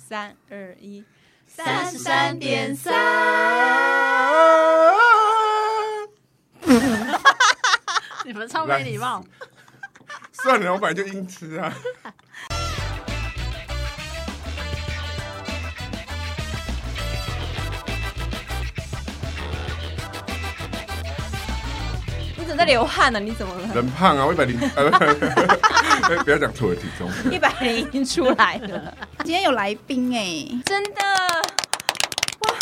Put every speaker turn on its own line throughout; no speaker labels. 三二一，
三十三点三。
你们超没礼貌。
算了，我本来就音痴啊。
你怎么在流汗呢？你怎么了？
人胖啊，我一百零，呃 不不不不要讲错了体重。
一百零已经出来了，
今天有来宾哎、
真的。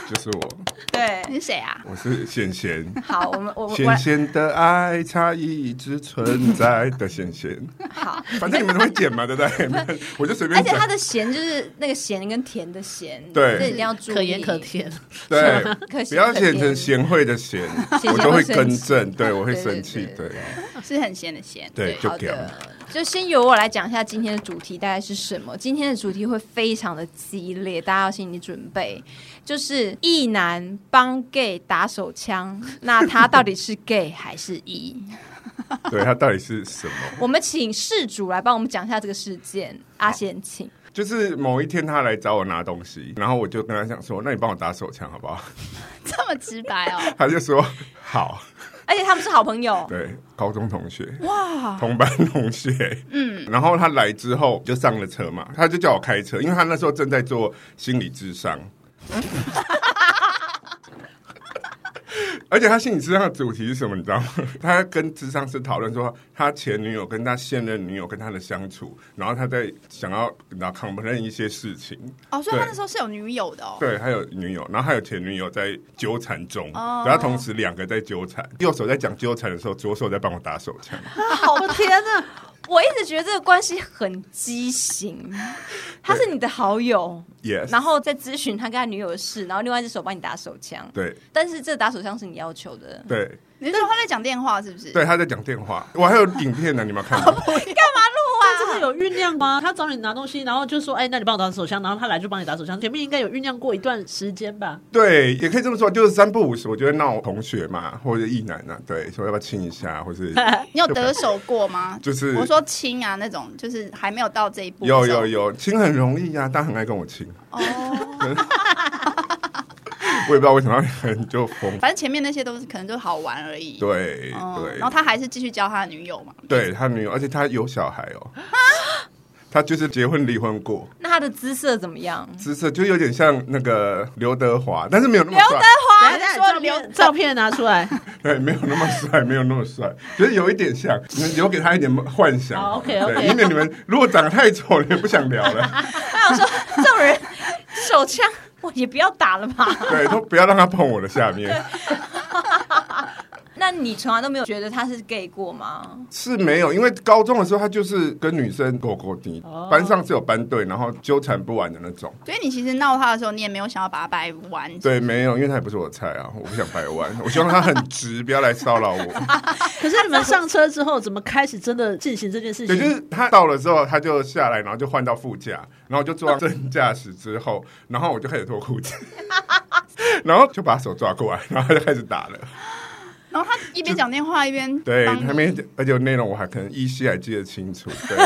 就是我，
对，
你是谁啊？
我是显贤，
好，我们我我
显贤的爱差异一直存在的显贤。
好，
反正你们都会剪嘛，对 不对？我就随
而
便
且它
讲。
的咸就是那个咸跟甜的咸，
对
这一定要注意。
可盐可，甜，
对，
可咸
不要
可
剪成
甜
贤惠的贤，
贤
我都
会
会
生
更
气
正，对我会
对
生
对
气，
对
对
是很咸的咸。
对，就
好
这样。
的，就先由我来讲一下今天的主题大概是什么。今天的主题会非常的激烈，大家要心理准备，就是一男帮 gay 打手枪，那他到底是 gay 还是 e？
对他到底是什么？
我们请事主来帮我们讲一下这个事件。阿贤，请。
就是某一天他来找我拿东西，然后我就跟他讲说：“那你帮我打手枪好不 好
这么直白 哦？”
他就说：“好。
而且他们是好朋” 友，
对，高中同学，
哇，
同班同学。嗯，然后他来之后就上了车嘛，他就叫我开车，因为他那时候正在做心理智商。 而且他心理智商的主题是什么？你知道吗？ 他跟智商师讨论说，他前女友跟他现任女友跟他的相处，然后他在想要然后 complain 一些事情，
哦，所以他
对
那时候是有女友的哦。
对，还有女友，然后还有前女友在纠缠中，
哦
然后同时两个在纠缠，右手在讲纠缠的时候，左手在帮我打手枪。
好天呐！我一直觉得这个关系很畸形，他是你的好友，
Yes，
然后再咨询他跟他女友的事，然后另外一只手帮你打手枪，
对
但是这打手枪是你要求的，
对，
你是说他在讲电话是不是？
对，他在讲电话，我还有影片呢，你们要看 吗？
这真的有酝酿吗？他找你拿东西，然后就说：“哎，那你帮我打手枪。”然后他来就帮你打手枪，前面应该有酝酿过一段时间吧？
对，也可以这么说，就是三不五时，我就会闹同学嘛，或者异男啊，对，说要不要亲一下，或是
你有得手过吗？
就是
我说亲啊那种，就是还没有到这一步。
有有。有亲很容易啊，大家很爱跟我亲，
哦，
我也不知道为什么很就疯，
反正前面那些都是可能就好玩而已。
对
嗯
对
然后，他还是继续交他的女友嘛。
对他女友，而且他有小孩 哦，他就是结婚离婚过，
那他的姿色怎么样？
姿色就有点像那个刘德华，但是没有那么帅，
华
等一下
说
照
刘
片照片拿出来。
对，没有那么帅，没有那么帅，就是有一点像，你留给他一点幻想
好，OK，OK 哦
对，以免你们如果长得太丑，你们不想聊了。
他想说这种人手枪我也不要打了 吧？
对，都不要让他碰我的下面，
那你从来都没有觉得他是 gay 过吗？
是没有，因为高中的时候他就是跟女生勾勾滴，
哦
班上是有班队，然后纠缠不完的那种。
所以你其实闹他的时候，你也没有想要把他掰弯。
对，没有，因为他也不是我的菜啊，我不想掰弯，我希望他很直，不要来骚扰我。
可是你们上车之后，怎么开始真的进行这件事
对，就
情？
是他到了之后，他就下来，然后就换到副驾，然后就坐到正驾驶之后，然后我就开始脱裤子， 然后就把手抓过来，然后他就开始打了。
然后他一边讲电话一边
对，
帮你
还没，而且我内容我还可能依稀还记得清楚。对，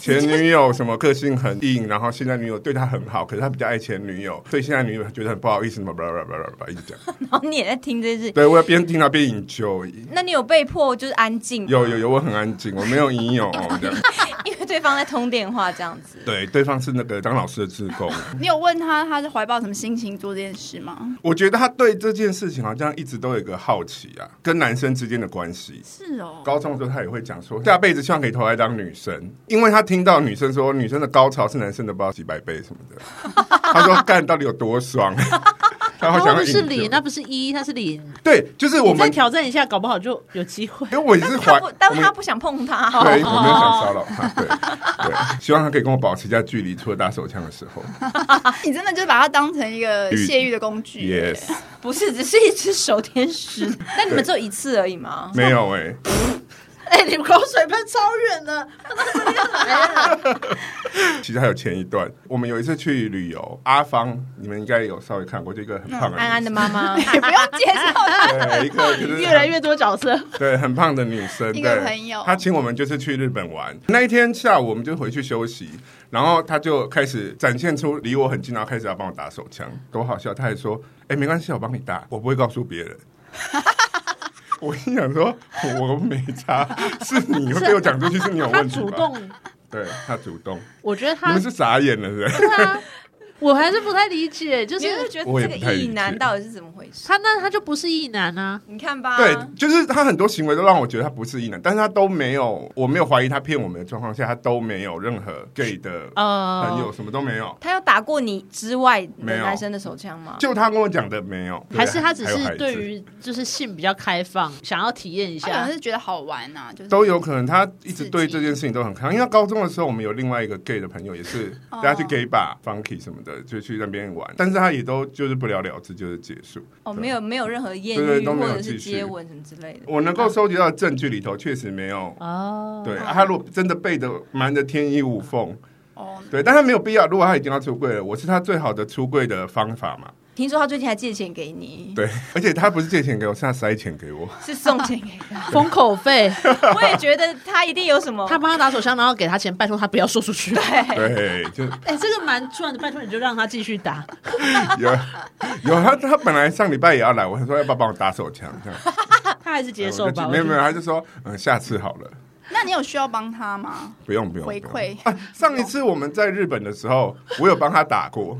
前女友什么个性很硬，然后现在女友对他很好，可是他比较爱前女友，对现在女友觉得很不好意思，什么巴拉巴拉巴拉巴拉一直讲。
然后你也在听这件事，
对我要边听他边 enjoy。
那你有被迫就是安静吗？
有有有，我很安静，我没有引诱哦这样。
因为对方在通电话这样子。
对，对方是那个张老师的志工，
你有问他他是怀抱什么心情做这件事吗？
我觉得他对这件事情好像一直都有一个好奇啊，跟男生之间的关系。
是哦，
高中的时候，他也会讲说，下辈子希望可以投胎当女生， 因为他听到女生说女生的高潮是男生的不知道几百倍什么的， 他说干到底有多爽， 他好
他
想要
不是
哦
引
零，
咎
那不是一，他是零。
对，就是我
你再
们，
挑战一下，搞不好就有机会。
因为我也是
但
怀
他不，，但
我们
他不想碰他。哦
对，我没有想骚扰他，对对，希望他可以跟我保持一下距离，除了打手枪的时 候
你真的就是把他当成一个
欲
泄欲的工具耶。
，yes，
不是，只是一只手天使。那你们只有一次而已吗？
没有哎、
哎、你口水喷超远的，
其实还有前一段，我们有一次去旅游，阿芳，你们应该有稍微看过，就一个很胖的、
安安的妈 妈，
也不用介绍他，
对，一啊个就是
越来越多角色。
对很胖的女生，
一个
对
朋友
她请我们就是去日本玩。那一天下午我们就回去休息，然后她就开始展现出离我很近，然后开始要帮我打手枪，多好笑！她还说：“哎、没关系，我帮你打，我不会告诉别人。” 我心想说，我我没差，是你会被 我讲出去，是你有
他
问题吧？
主，动，
对她主动，
我觉得
你
他
们是傻眼了，是不是？
对啊，我还是不太理解，就
就是是觉
我
得
也
这
不
个
太理解
意男到底是怎么回事？
他那他就不是异男啊，
你看吧，
对，就是他很多行为都让我觉得他不是异男，但是他都没有，我没有怀疑他骗我们的状况下，他都没有任何 gay 的
呃，
朋友，什么都没有。
他有打过你之外的
没有
男生的手枪吗？
就他跟我讲的没有，对
还是他只
还有孩
是
子
对于就是性比较开放，想要体验 一
他可
下
能。是觉得好玩呐、就是
都有可能，他一直对
刺激
这件事情都很抗，因为他高中的时候，我们有另外一个 gay 的朋友，也是
哦
大家去 gay bar、funky 什么的，就去那边玩，但是他也都就是不了了之，就是结束。
哦，
对
没有没有任何艳
对对
遇
都没
或
有
者是
继续
接吻什么之类的。
我能够收集到的证据里头，确实没有。
哦，
对，啊他如果真的背的瞒的天衣无缝，
哦，
对，但他没有必要。如果他已经要出柜了，我是他最好的出柜的方法嘛。
听说他最近还借钱给你，
对，而且他不是借钱给我，是他塞钱给我。
是送钱给他。
封口费，
我也觉得他一定有什么，
他帮他打手枪，然后给他钱，拜托他不要说出 去。
对，就
哎，这个蛮赚的，拜托你就让他继续打。
有有他，他本来上礼拜也要来，我说要不要帮我打手枪？这样
他还是接受吧。
我就没有
我
没
觉得
有，他就说嗯，下次好了，
那你有需要帮他吗？
不用不用
回
不用
馈
啊。上一次我们在日本的时候，我有帮他打过，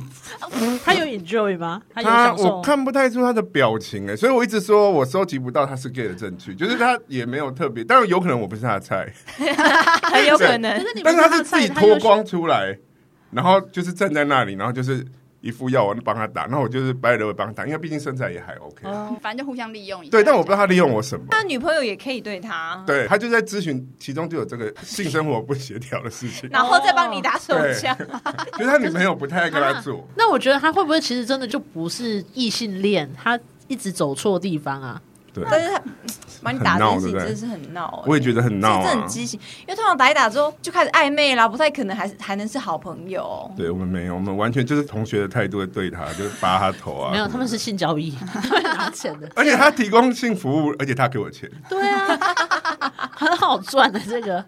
他有 enjoy 吗？他有
他
享
我
受？
看不太出他的表情哎，所以我一直说我收集不到他是 gay 的证据，就是他也没有特别，当然有可能我不是他的菜。
很有可能
可。是你
但
们
是他是自己
看他
脱
菜
光出来，然后就是站在那里，然后就是一副要我帮他打，那我就是白人会帮他打，因为毕竟身材也还 OK。啊
他就哦
嗯反正就互相利用一下。
对，但我不知道他利用我什么。
他女朋友也可以对他，
对他就在咨询，其中就有这个性生活不协调的事
，
情
然后再帮你打手
对
枪。
就是他女朋友不太爱跟他做。
那我觉得他会不会其实真的就不是异性恋，他一直走错地方啊？
对，
但是他嗯把你打
很闹
这件事情
对不对
真的是很闹、欸，
我也觉得很闹
这这
啊
很。畸形，因为通常打一打之后就开始暧昧啦，不太可能还是还能是好朋友。
对我们没有，我们完全就是同学的态度对他，就是扒他头啊。
没有，
什
他
么
们
的
是性交易， 他们拿钱 的。
而且他提供性服务，而且他给我钱。
对啊，很好赚的这个。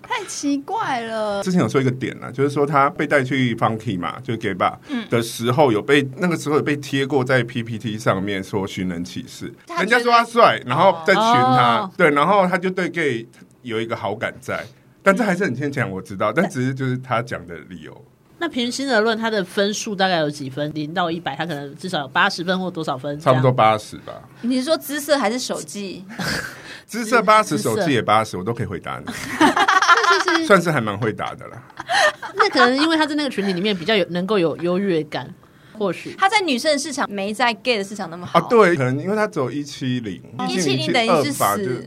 太奇怪了。
之前有说一个点呢，就是说他被带去 Funky 嘛，就是 gay bar
嗯
的时候，有被那个时候有被贴过在 PPT 上面说寻人启事，
他
人家
觉得
说他帅，然后再寻他
哦，
对，然后他就对 gay 有一个好感在，但
嗯
这还是很牵强，我知道，但只是就是他讲的理由，
那平心而论，他的分数大概有几分？零到一百，他可能至少有八十分或多少分？
差不多。八十吧，
你是说姿色还是手技？
姿色八十，
姿色
手气也八十，我都可以回答你，
那其实
算是还蛮会答的啦。
那可能因为他在那个群体里面比较有能够有优越感，或许。
他在女生的市场没在 gay 的市场那么好。哦
啊，对，啊可能因为他只有一七零，
一七零等于
二
是
吧，就是
死，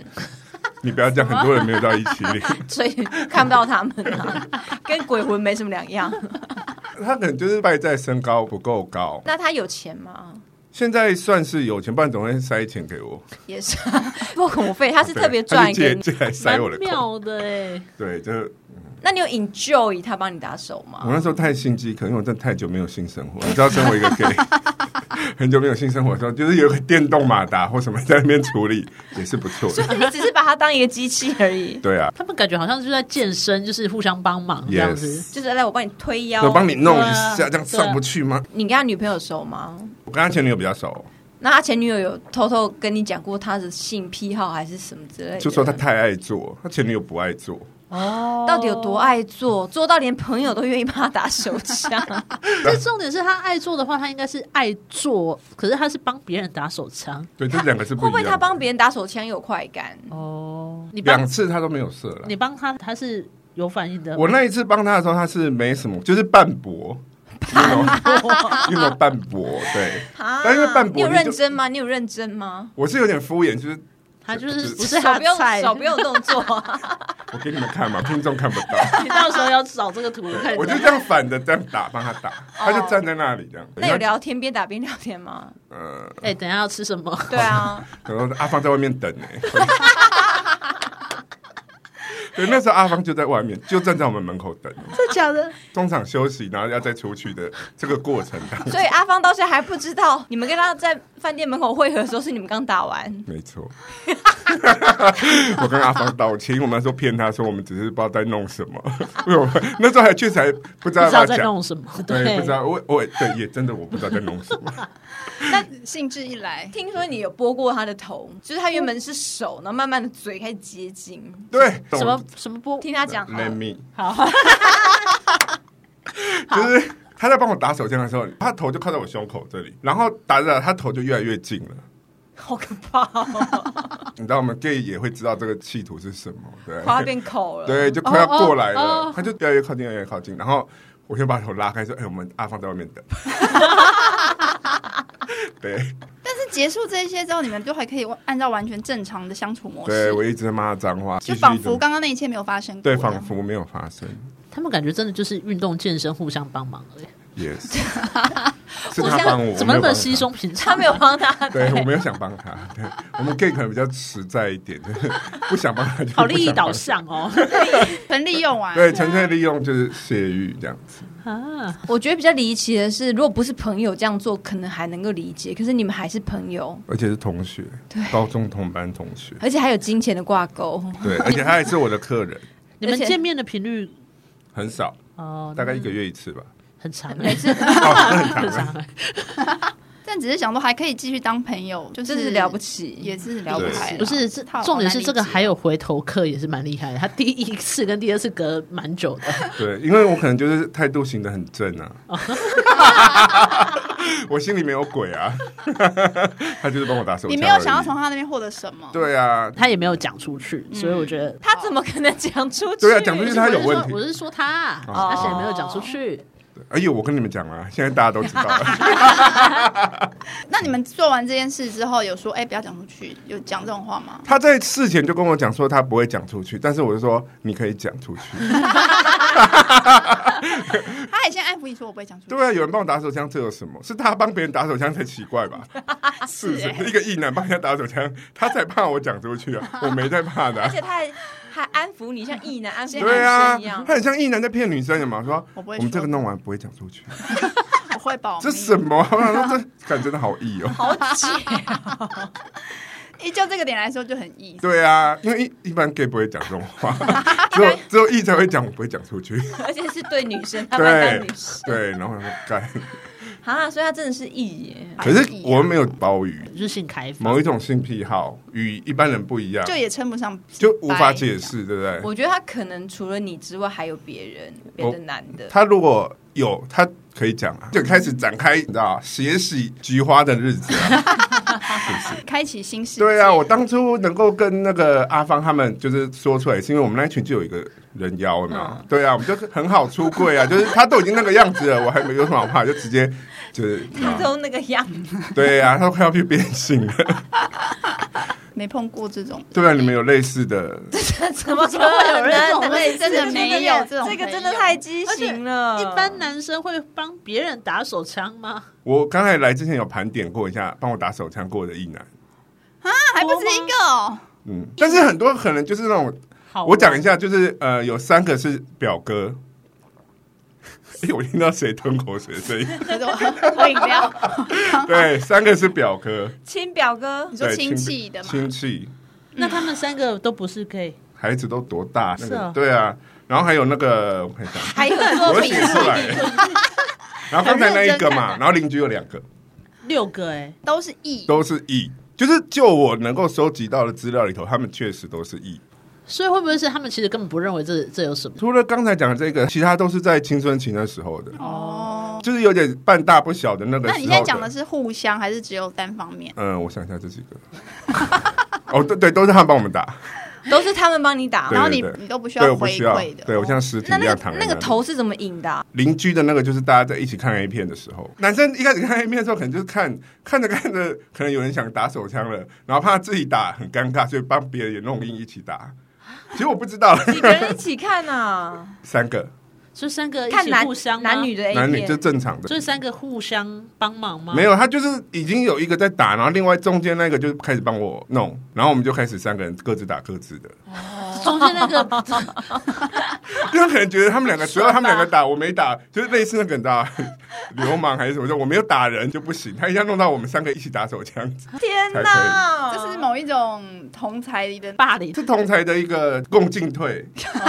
你不要讲，很多人没有到一七零。
所以看不到他们啊， 跟鬼魂没什么两样。
他可能就是败在身高不够高。
那他有钱 吗？
现在算是有钱，不然总会塞钱给我。
也是不口费，他
对
是特别赚
他就
给
借
你。
借来塞我的
蛮
口。
妙的哎，
对，就是
那你有 enjoy 他帮你打手吗
我？那时候太心机，可能因为我真的太久没有性生活。 你知道，身为一个 gay，很久没有性生活的时候，就是有个电动马达或什么在那边处理，也是不错
所
的。
以你只是把他当一个机器而已，
对啊，
他们感觉好像是在健身，就是互相帮忙这样子。
就是来我帮你推腰
我，帮你弄一
对
下，
啊
这样上不去吗？
你跟他女朋友熟吗？
我跟他前女友比较熟，
那他前女友有偷偷跟你讲过他的性癖好还是什么之类的？
就说他太爱做，他前女友不爱做。
哦
到底有多？爱做，做到连朋友都愿意帮他打手 枪。
这重点是他爱做的话，他应该是爱做，可是他是帮别人打手枪
对，这两个是不
会
一
不会
样的。
他帮别人打手枪有快感？
哦。你帮
两次他都没有射了
你？帮他，他是有反应的。
我那一次帮他的时候，他是没什么，就是半驳， 因为半驳，对，
啊
但因为半
你有
驳你
认
就。
真吗？你有认真吗？
我是有点敷衍，就是
他就是
手
不是他
手不用
菜，
手不用动 作啊，
我给你们看嘛，听众看不到，
你到时候要找这个图看。
我就这样反的这样打，帮他打，他就站在那里这样。
哦那有聊天边打边聊天 吗？
呃，
哎、等一下要吃什么？
对啊，
然后阿芳在外面等呢、 对，那时候阿芳就在外面，就站在我们门口等，
真的假的？
中场休息，然后要再出去的这个过程当中，
所以阿芳到现在还不知道，你们跟他在饭店门口汇合的时候是你们刚打完，
没错。 我跟阿芳道歉，因为我们那时候骗他说我们只是不知道在弄什么， 因为我们那时候还确实还不知道
不知
要
道
不要
在
讲，
弄什么，
对，不知道我我对也真的我不知道在弄什 么，
那兴致一来，
听说你有拨过他的头，就是他原本是手，然后慢慢的嘴开始接近。
对，
什么什么波，
听他讲好了
？Let me，
好，
就是他在帮我打手枪的时候，他头就靠在我胸口这里，然后打着打着他头就越来越近了。
好可怕、哦，
你知道我们 gay 也会知道这个企图是什么， 对，
啊
快要变口了。
对，就快要过来了，
哦哦哦
他就越来越靠近，越来越靠近。然后我先把头拉开，说：“哎、我们阿芳在外面 等。”对，
但是结束这些之后，你们就还可以按照完全正常的相处模
对
式，
我一直在骂他脏话，继
就
续
仿
一
佛
直
刚刚那一切没有发生过。
对，
这样
仿佛没有发生。
他们感觉真的就是运动健身互相帮忙而已，
Yes，是他帮我，
怎么那
我没
么
有帮他
稀？松平常？
他没有帮他，
对，我没有想帮他。 对，我们 gay 可能比较实在一点， 就是不想帮他就
好
不
利益
想帮
导向 哦
纯利用啊完，
对，纯粹利用就是泄欲这样子。
啊！
我觉得比较离奇的是，如果不是朋友这样做，可能还能够理解。可是你们还是朋友，
而且是同学，高中同班同学，
而且还有金钱的挂 钩。
对，而且他也是我的客人，
你们
而且
见面的频率
很少，
哦，
大概一个月一次吧。
很长
每
哎，
次
很长哎，
但只是想说还可以继续当朋友，就
真
是
是了不起，
也是了不
对
起啦，
不是，这
好
重点是
难理
这个
解
还有回头客也是蛮厉害的，他第一次跟第二次隔蛮久的，
对，因为我可能就是态度行得很正啊， 我心里没有鬼啊， 他就是帮我打手枪而已。
你没有想要从他那边获得什么，
对啊，
他也没有讲出去，所以我觉得。
他怎么可能讲出去？
对啊讲出去他有问题哦
我是说他，他谁没有讲出去？
哎呦，我跟你们讲啊，现在大家都知道 了，
那你们做完这件事之后，有说哎、不要讲出去，有讲这种话吗？
他在事前就跟我讲说他不会讲出去，但是我就说你可以讲出去。
他也先安抚你说我不会讲出去，
对啊，有人帮我打手枪，这有什么？是他帮别人打手枪才奇怪 吧？是不是？一个异男帮人家打手枪，他才怕我讲出去 啊，我没在怕的啊、
而且他还还安抚你，像异男安抚男
对啊
生一样，。
他很像异男在骗女生，有吗？说
我不会
们这
说
个弄完不会讲出去，
我会保密哦
这。什么 啊？我想说这感真的好异哦。
好解，
依就这个点来说就很意思，
对啊，因为一一般 gay 不会讲这种话，只有只有异才会讲，我不会讲出去。
而且是对女生，他把他当
对
女生
对，然后我想说干，
啊，所以他真的是异耶。
啊
可是我们没有包鱼，
就是性开放，
某一种性癖好与一般人不一样
就，也称不上
就无法
白
解。释，对不对？
我觉得他可能除了你之外，还有别人，
哦
别的男的。
他如果有，他可以讲啊，就开始展开，你知道，血洗菊花的日子、啊。
开启新世界
对啊，我当初能够跟那个阿芳他们就是说出来，是因为我们那一群就有一个人妖嘛。对啊，我们就很好出柜啊， 就是他都已经那个样子了，我还没有什么好怕，就直接就是你知
他
道
都那个样 子，
对啊，他都快要去变性了。
没碰过这种，
对啊，你们有类似的？
怎么可 能？
类真的没有这种
这个真
朋
的
友
太畸形了。
一般男生会帮别人打手枪吗？
我刚才来之前有盘点过一下，帮我打手枪过的一男，
那还不止一个哦。
嗯，但是很多可能就是那种
好，
我讲一，下，就是呃，有三个是表哥。 哎、我听到谁吞口水的声音？
可是我喝饮料，
对，三个是表哥，
亲表哥
你，说
对
亲戚的嘛
亲戚
那他们三个都不是 gay，
孩子都多大？那
是
个
哦
对啊，然后还有那个我看一 下，
还有
我
做
有
笔
写出来。 然后刚才那一个嘛，然后邻居有两个
六个哎，
都是异，
都是 E，就是就我能够收集到的资料里头，他们确实都是 E。
所以会不会是他们其实根本不认为这这有什么？
除了刚才讲的这个，其他都是在青春期那时候的，
哦。
就是有点半大不小的那个时
那
候。
你现在讲的是互相还是只有单方面？
嗯，我想一下这几个。 哦，对对，都是他们帮我们打，
都是他们帮你打
对
然。后你
对对
你都不需
对，
要
我不
回
需要
馈，的，哦
对我像尸体
那
一
那
样
个
躺在
那个
里
头是怎么引的啊？
邻居的那个就是大家在一起看 A 片的时候，男生一开始看 A 片的时候，可能就是看 看着看着，可能有人想打手枪了，然后怕自己打很尴尬，所以帮别人也弄硬一起打。其实我不知道，
几个人一起看啊？
三个
所以三个一
看
起
男
互相吗
男女的 A
男女
片
这正常的
所。以三个互相帮忙吗？
没有，他就是已经有一个在打，然后另外中间那个就开始帮我弄，然后我们就开始三个人各自打各自的。
中间那
就
个
他可能觉得他们两个，只要他们两个打，我没打，就是类似那个你知道 流氓还是什么，就我没有打人就不行。他一下弄到我们三个一起打手枪，
天
哦这
哪，
是某一种同才里的
霸 凌，
是同才的一个共进退。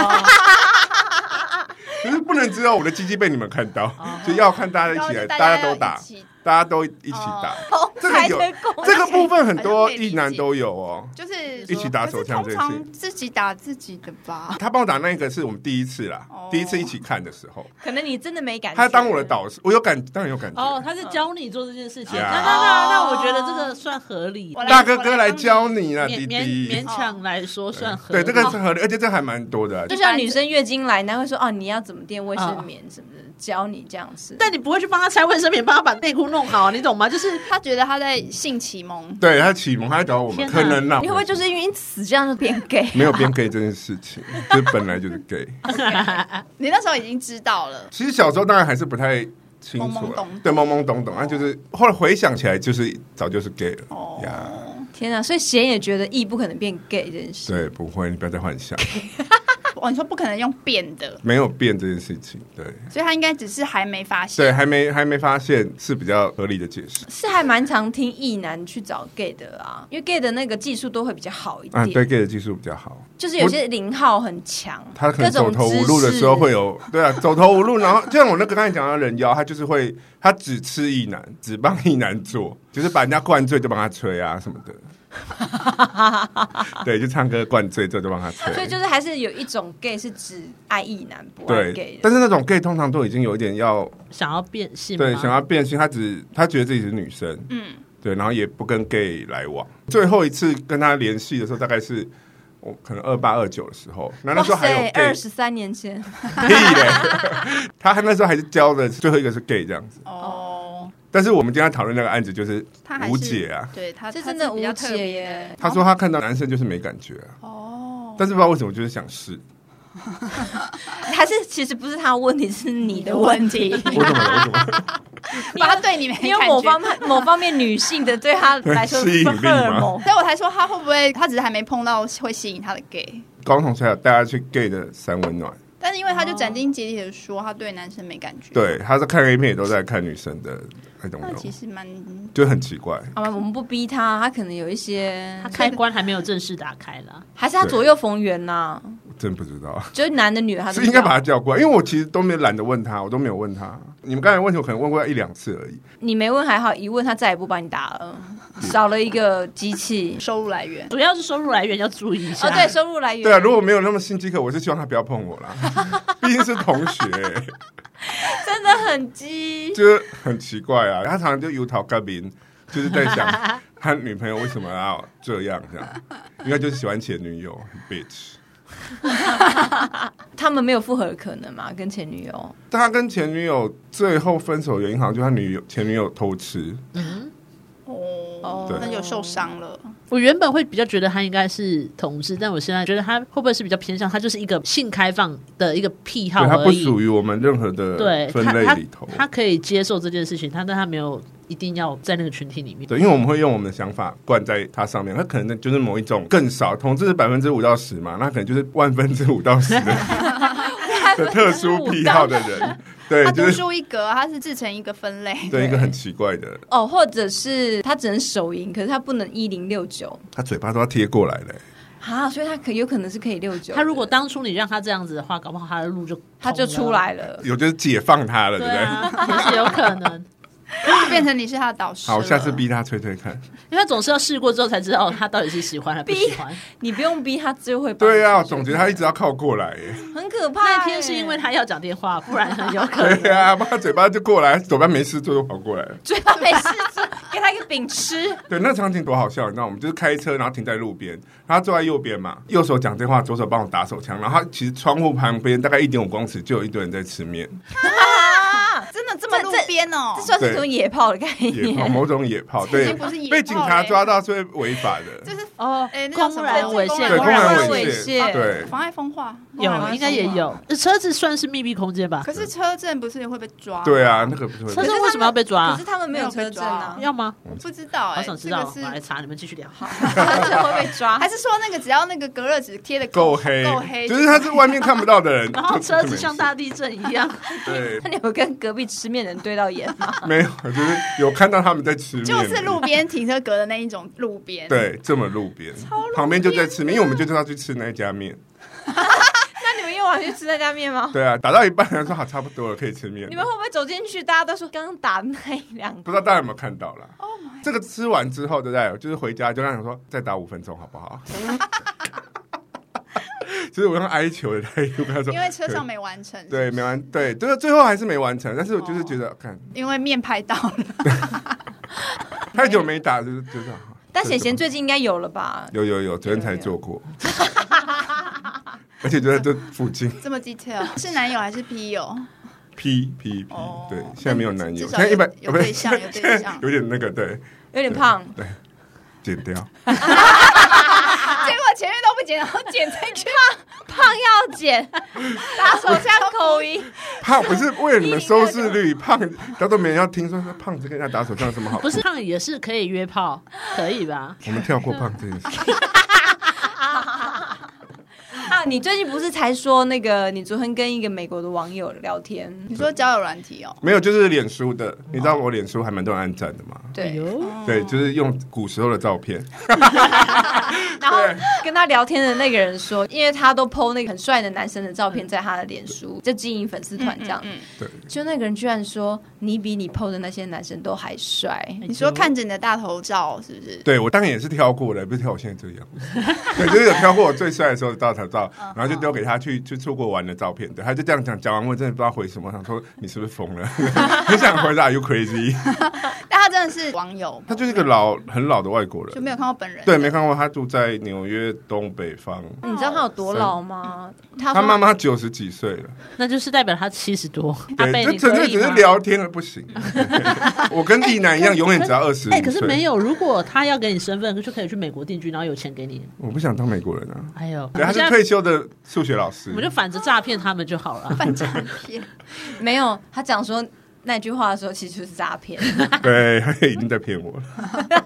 就是不能只有我的鸡鸡被你们看到，就要看大家一起来，
大
大
家
家都
要
打
一，起
大家都一起打。
同
这个
才
有
的共
这个部分很
好
多
像可以理
一
解
男都有哦。
就是
一起打手枪
可
这
是
件事
通常自己打自己的吧。
他帮我打那个是我们第一次啦
哦，
第一次一起看的时候，
可能你真的没感觉。
他当我的导师，我有感，当然有感觉。
哦，他是教你做这件事情。
Yeah
那那那那，我觉得这
哦
个算合理，
我来
大哥哥
我
来
帮你
教你啦，弟
勉勉
弟
勉。强来说算合
对，
理。哦
这个是合理，而且这还蛮多的啊。
就像女生月经来，男会说哦，你要怎么垫卫生棉什么的，教你这样子。
但你不会去帮他拆卫生棉，帮他把内裤弄好，你懂吗？就是
他觉得他在性启蒙，
对他启蒙，他还找我们，
天哪
可能啦。
你会不会就是因为此这样就变 gay？
没有变 gay 这件事情？ 就本来就是 gay。
你那时候已经知道了。
其实小时候当然还是不太清
懵懵
楚
懂
啦
懂，
对，懵懵懂懂。那就是后来回想起来，就是早就是 gay 了。
哦
呀，
天哪！所以贤也觉得 E 不可能变 gay 这件事。
对，不会，你不要再幻想，
哦，你说不可能用变的，
没有变这件事情。对，
所以他应该只是还没发现。
对，还没还没发现是比较合理的解释
是还蛮常听异男去找 gay 的啊，因为 gay 的那个技术都会比较好一点，
啊。对 gay 的技术比较好，
就是有些零号很强，
他可能
各种
走投无路的时候会有，对啊，走投无路，然后就像我那个刚才讲到人妖，他就是会，他只吃一男，只帮一男做，就是把人家灌醉就帮他吹啊什么的。 对，就唱歌灌醉之后就帮他吹
知识，，所以就是还是有一种 gay 是只爱异男不爱 gay
对。
的。
但是那种 gay 通常都已经有一点要
想要变性吗，
对想要变性，他只他觉得自己是女生，
嗯，
对，然后也不跟 gay 来往。最后一次跟他联系的时候，大概是我可能二八二九的时候，那那时候还有 gay
二十三年前，
屁嘞！ 他那时候还是教的最后一个是 gay 这样子，
哦，
但是我们今天讨论那个案子就是
他还是
无解啊。
对他
这
他
真的
是比较
无解
特别
耶
的
他说他看到男生就是没感觉啊、
哦，
但是不知道为什么就是想试，
还是其实不是他的问题，是你
你的
的问
问
题。
题，
为什么呢？为什么？
把他 对你没
因为
感
某
觉
方面某方面女性的对他来说
吸
是
引
荷
力吗
尔蒙。
所以我才说他会不会，他只是还没碰到会吸引他的 gay，
高中同学还有带他去 gay 的三温暖，
但是因为他就斩钉截铁的说他对男生没感觉，，
对，他是看 A 片也都在看女生的那种
那其
种，
实蛮
就很奇怪。
好吧，我们不逼他，他可能有一些
他，开关还没有正式打开啦。
还是他左右逢源呐、
我真不知道，
就是男的女的，他都
是应该把
不知道
他叫过来，因为我其实都没有懒得问他，我都没有问他。你们刚才问题我可能问过他一两次而已，
你没问还好，一问他再也不把你打了，少了一个机 器。
收入来源。
主要是收入来源要注意一下。
哦，对，，收入来源。
对啊，如果没有那么心机可，我是希望他不要碰我 啦，毕竟是同学、
真的很鸡，
就是很奇怪啊，他常常就油桃干冰，就是在想他女朋友为什么要这样这样，应该就是喜欢前女友很，bitch。
他们没有复合的可能嘛？跟前女友，
但他跟前女友最后分手的原因好像就是他女友前女友偷吃，
哦
对
那有受伤了，
我原本会比较觉得他应该是同志，但我现在觉得他会不会是比较偏向他就是一个性开放的一个癖好
对他
而
不
已。
属于我们任何的
对
分
他
类
他
里头。
他可以接受这件事情，他但他没有一定要在那个群体里面。
对，因为我们会用我们的想法灌在他上面，他可能就是某一种更少，同志是百分之五到十嘛，那可能就是万分之五到十的的特殊癖好的人，对，
他
就
独
是
树一格，他是自成一个分类，
对一个很奇怪的，
哦，或者是他只能手淫，可是他不能一零六九
他嘴巴都要贴过来了、
啊，所以他可有可能是可以六九。
他如果当初你让他这样子的话，搞不好他的路就
他就出
通了。啊
来了，
有就是解放他了，对
对
不对？
啊，也 是有可能，
就变成你是他的导师了。
好，下次逼他吹吹看。
因为他总是要试过之后才知道他到底是喜欢还是不喜欢。
你不用逼他，就会帮你
对啊，
解
我
决
总觉得他一直要靠过来 耶。
很可怕欸。
那天是因为他要讲电话，不然很有 可能。
对啊，不然他嘴巴就过来，嘴巴没事做就跑过来了。
嘴巴没事做，给他一个饼吃。
对，那场景多好笑，你知道，我们就是开车，然后停在路边，然后他坐在右边嘛，右手讲电话，左手帮我打手枪，然后他其实窗户旁边大概一点五公尺就有一堆人在吃面，
真的这么路边哦
这，算是一种野炮的概
野
念
炮，。某种野炮，
这已
对
经不是野炮，
被警察抓到是会违法的
这。是
哦
哎，那叫什
公
么
然猥亵，
对，公然
然
猥
猥亵
亵，对，
妨碍风化
有应该也。有。呃车子算是密闭空间吧？
可是车震不是也会被抓？
啊对啊，那个不是
车
是
子
他们
为什么要被抓
可
啊
是？他们没有车证啊，
要吗？
不知道哎、
好想知道，
这
我
个
来
是
查，你们继续聊。
他是会被 抓
还。是说那个只要那个隔热纸贴的
够黑
够黑，，
就是他是外面看不到的 人，
然后
就
车
就没
子
事
像大地震一样，
对，
那你有跟隔壁吃面的人对到眼 吗？
没有，就是有看到他们在吃面，
就是路边停车格的那一种路边。，
对，这么路边，旁边就在吃面，因为我
啊
们就知道去吃那一家面。
那你们夜晚去吃那家面吗？
对啊，打到一半，他说好，差不多了，可以吃面了。
你们会不会走进去？大家都说刚刚打那一两
不知道大家有没有看到啦？
Oh
这个吃完之后，对不对？就是回家就让你说再打五分钟好不好？ 就是我用哀求的态度跟他说，
因为车上哦没完成。
对没完，对，就是最后还是没完成，但是我就是觉得，看
因为面拍到 了，
太久没打，就是就是。啊
但
这
显
怎
贤
么
最近应该有了吧？
有有有，昨天才做 过，而且就在这附近。
这么 detail 是男友还是 P 友？
P P P，
哦
对，现在没有男友，
至
现
少
在一百
有
不是
对象有对
现在
象
有点那个，对，
有点胖，
剪掉。
结果前面都不剪，然后剪这句，
胖要 减，打手枪口音。
胖不是为了你们收视率，胖他都没人要听说说胖子跟人家打手枪有什么好
不，是胖也是可以约炮，可以 吧？
我们跳过胖这件事。
啊，你最近不是才说那个你昨天跟一个美国的网友聊天？
你说交友软体哦？
没有，就是脸书的，你知道我脸书还蛮多人按赞的嘛？
哎
对，
呦，
对，就是用古时候的照片，
然后跟他聊天的那个人说，因为他都 PO 那个很帅的男生的照片在他的脸书，就经营粉丝团这样。
嗯嗯
对，
就那个人居然说，你比你 PO 的那些男生都还帅。
你说看着你的大头照是不是？
对我当然也是挑过的，不是挑我现在这样，对，就是有挑过我最帅的时候的照照，然后就丢给他去去出国玩的照片，对，他就这样讲，讲完我真的不知道回什么，我想说你是不是疯了，很想回答 you crazy，
但他真的是网友吗，
他就是一个老很老的外国
就
人，
没有看过本人。
对，没看过，他住在纽约东北方，
你知道他有多老吗？他
他
说
妈妈九十几岁了，
那就是代表他七十多。阿
对，
贝，
就
你
纯
可
粹
以
只是
吗？
聊天了不 行，对我跟丽楠一样，永远只要二十五
哎，可是没
岁，
有，如果他要给你身份，就可以去美国定居，然后有钱给你。
我不想当美国人啊，
哎呦，
对，他
我
是
们现在
退休的数学老师
我，们就反着诈骗他们就好了。
翻照片，
没有，他讲说那句话的时候，其实就是诈 骗。
对，他已经在骗我了。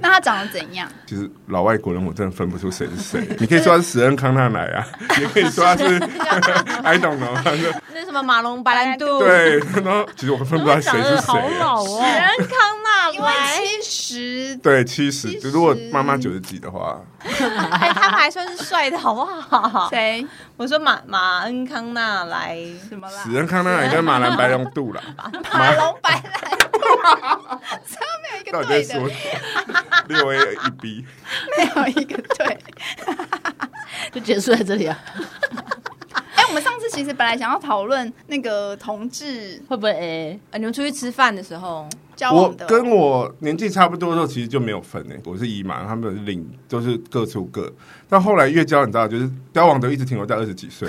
那他长得怎样？
其实老外国人我真的分不出谁是 谁。你可以说他是史恩康纳奶啊，你可以说他是 I don't know，他是
那什么马龙白兰度，
对，然后其实我分不出来谁啊
长
是
得好
谁。
老哦，
人康纳
因为
莱，
七十，
对，七十
七，十
如果妈妈九十几的话，
哎，他们还算是帅的好不好？
谁
我说马马恩康纳莱，
什么啦？
史恩康纳奶跟马兰白龙度 啦，
马龙白兰度，这没有一
到
个
底在说
对的，
六 A 一 B？
没有一个 对。
就结束在这里啊？
哎、我们上次其实本来想要讨论那个同志
会不哎会 A？
呃你们出去吃饭的时候，
交
我
往的，
跟我年纪差不多的时候，其实就没有分诶、我是姨嘛，他们领都是各出各。但后来越交，你知道，就是交往都一直停留在二十几岁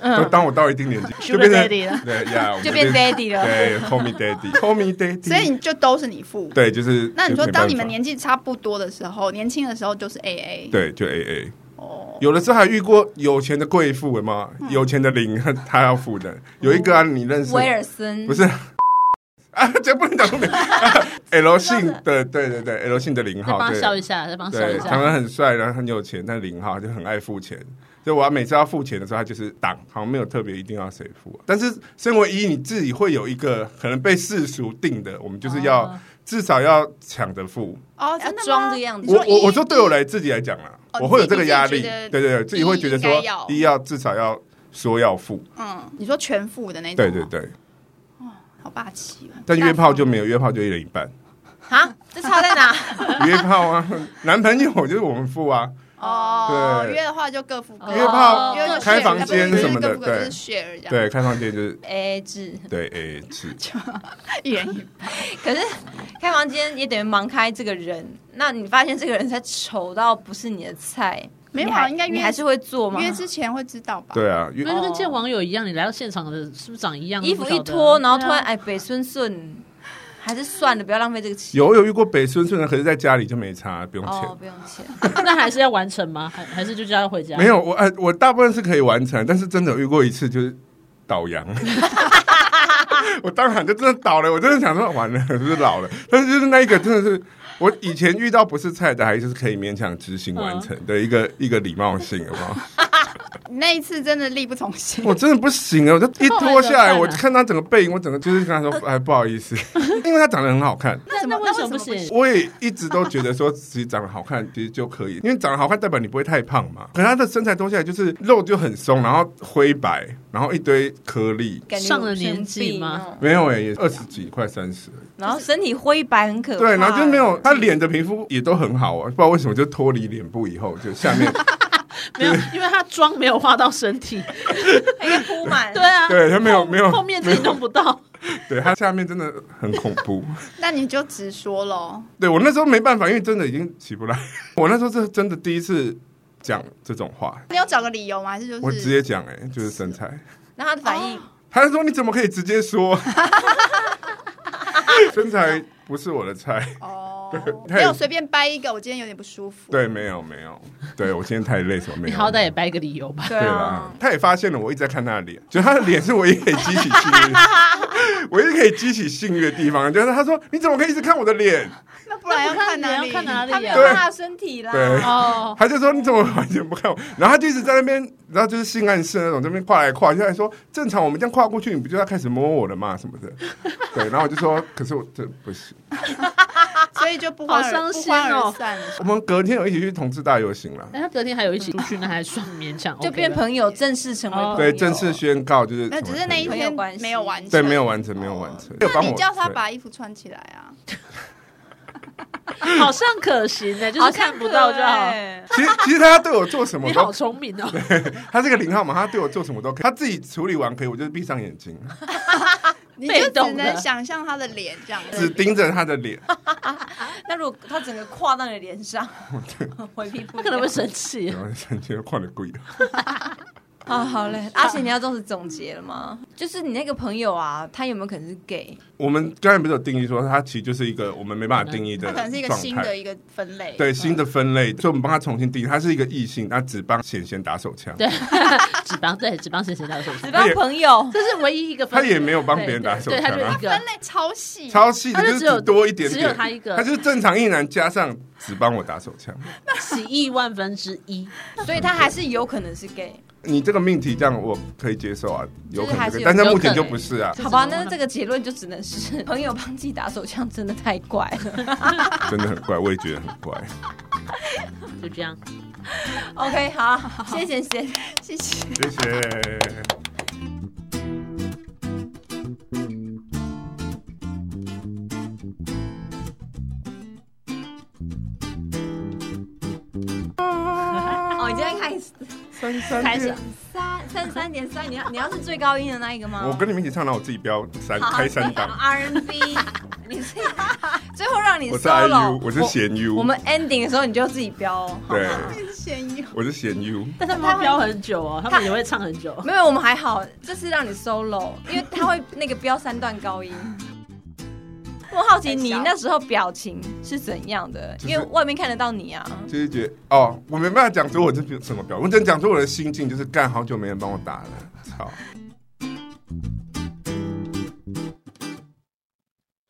啊。就当我到一定年纪，就
Sugar
变成
daddy 了
对呀，我们
就变 daddy 了
对，call me daddy，call me daddy。
所以你就都是你付。
对，就是
那你说，
就没办法
当你们年纪差不多的时候，年轻的时候就是 A A，
对就 A A，
哦，
有的时候还遇过有钱的贵妇嘛，有钱的领 他要付的。有一个啊，你认识
威尔森
不是 啊？这不能讲重点。L 啊姓的，对对对，L 姓的零
再
号，
帮他
对。
笑一下，再
哦
帮他笑
对，
一
常
下。
常很帅，然后很有钱，但零号就很爱付钱。所以我要每次要付钱的时候，他就是挡，好像没有特别一定要谁付、但是身为一，你自己会有一个可能被世俗定的，我们就是要、
哦
至少要抢着付。
哦，
要
真的吗
装这个样子
你
我
说
我
一
我说对我来自己来讲啦，
哦
我会有这个压力，
你自己
对
觉得
对对，自己会觉得说
一应该要
一要至少要说要付，
嗯，你说全付的那种，啊
对对，对。
好霸气哦。
但约炮就没有，约炮就一人一半，
啊，这差在哪？
约炮啊， 男朋友就是我们付啊，
哦，
对
约的话就各付各，
约
炮
约就 share，
开房间
不是
什么的
各付各
对
就是 share 这样，
对，开放间就是
A 制，
对哎 A 制，
一人一半。
可是开房间也等于盲开这个人，那你发现这个人才丑到不是你的菜，
没有
有
啊应该约
你还是会做吗？
约之前会知道吧？
对啊，约
因为就跟见网友一样，你来到现场的是不是长一样？
衣服
不
一
晓得
啊
脱，然后突然
对啊
哎北孙孙，还是算了，不要浪费这个钱。
有有遇过北孙孙的，可是在家里就没差，不用钱。
哦，不用钱，
那还是要完成吗？还还是就叫他回家？
没有，我呃，我大部分是可以完成，但是真的有遇过一次就是倒 羊，我当场就真的倒了，我真的想说完了，是不是老了？但是就是那一个真的是。我以前遇到不是菜的，还是可以勉强执行完
嗯
成的一个、一个礼貌性，好不 好？
那一次真的力不从心，
我真的不行啊！我就一脱下来，
后来怎么办啊呃
我看他整个背影，我整个就是跟他说：“哎，不好意思，因为他长得很好看。”
那
怎
那
么
为什么
那为什么
不
不
行？
我也一直都觉得说，其实长得好看其实就可以，因为长得好看代表你不会太胖嘛。可是他的身材脱下来就是肉就很松，然后灰白，然后一堆颗粒。
感觉
上了
有生
年纪
病
吗
哦？
没有哎、也二十几，快三十。
然后身体灰白很可怕。
对，然后就没有他脸的皮肤也都很好啊，不知道为什么就脱离脸部以后，就下 面
没有，因为他妆没有画到身 体。
哎呀铺满。
对，啊，
对他没有
后
没有
后面自己弄不到。
对他下面真的很恐怖。
那你就直说喽。
对我那时候没办法，因为真的已经起不来。我那时候是真的第一次讲这种话，
你有找个理由吗？还是就是
我直接讲哎、就是身材。
然后他的反应，
他就说：“你怎么可以直接说？ 身材不是我的菜。
哦，
太
没有随便掰一个，我今天有点不舒”服。
对，没有没有，对我今天太累，什么没
你
有。
好歹也掰个理由吧。
对
对
啊
啦，，他也发现了我一直在看他的脸，就他的脸是我也可以激起性欲， 我也可以激起性欲的地方。就是他说：“你怎么可以一直看我的脸
那不然要看哪
那不然
里？
要看哪 里啊
他没有
对
看他的身体啦。
对
哦？”，
他就说：“你怎么完全不看我？”然后他就一直在那边，然后就是性暗示那种，这边跨来跨去，还说：“正常我们这样跨过去，你不就要开始摸我了吗？什么的。”对，然后我就说：“可是我这不行。”
所以就不欢
好
而
伤
不
心
欢
哦
而散了。
我们隔天有一起去同志大游行了，
哎，他隔天还有一起出去，那还算勉强，
就变
OK 了
朋友，正式成为
哦
朋友。
对，正式宣告就是
那只是那一
朋友
天
关系
没有完成，
对没有完成，没有完成。有
那
帮
你
我
叫他
对
把衣服穿起来啊！
好像可行 呢，就
好
是
像
看不到就好。
对
其 实其实他对我做什么
你好
都，
聪明 哦！
他是个零号嘛，他对我做什么都可以，他自己处理完可以，我就闭上眼睛，
你就
被动
只
的
能想象他的脸这样
只
子。
盯着他的脸。
那如果他整个跨到你脸 上，回避不
他
了，
可能会生气
然。后瞬间看了鬼，
啊。好嘞，阿贤，你要做是总结了吗？就是你那个朋友啊，他有没有可能是 gay？
我们刚才不是有定义说，他其实就是一个我们没办法定义的
他可能是一个
状
新
态
的一个分类，
对新的分类，所以我们帮他重新定义，他是一个异性，他只帮贤贤打手枪，
对， 只帮对只帮谁谁到手
只
机，
帮朋友，
这是唯一一个分
他
类。
也没有帮别人打手
对，
枪
他就一
啊。
个
分。类超细，
超细的，
他就
就是
只有
只多一点点，
只有他一个
他就是正常一男加上只帮我打手枪。
十亿万分之 一，
所以他还是有可能是 gay。
你这个命题这样我可以接受啊，有可能
就是还是
这个，
有
但是目前就不是 啊，
就
好吧，
只能
那这个结论就只能是朋友帮自己打手枪，真的太怪 了。
真的很怪，我也觉得很怪。
就这样。
OK，好，谢谢谢谢。
谢
谢
谢。
谢。
哦，你今天开始
三三
开始
三三三点三，你要你要是最高音的那一个吗？啊
我跟你们一起唱，然后我自己标三
好
开三档，
R&B，你自己最后让你
我是
solo，
IU，我是咸 U，
我们 ending 的时候你就自己飙哦。好吗
对，
咸鱼，
我是咸 U，
但他们会飙很久哦，他们也会唱很久。
没有，我们还好，这次让你 solo，因为他会那个飙三段高音。我好奇你那时候表情是怎样的，
就是
因为外面看得到你啊。
就是觉得哦，我没办法讲出我这什么标，我只能讲出我的心境，就是干好久没人帮我打了，操。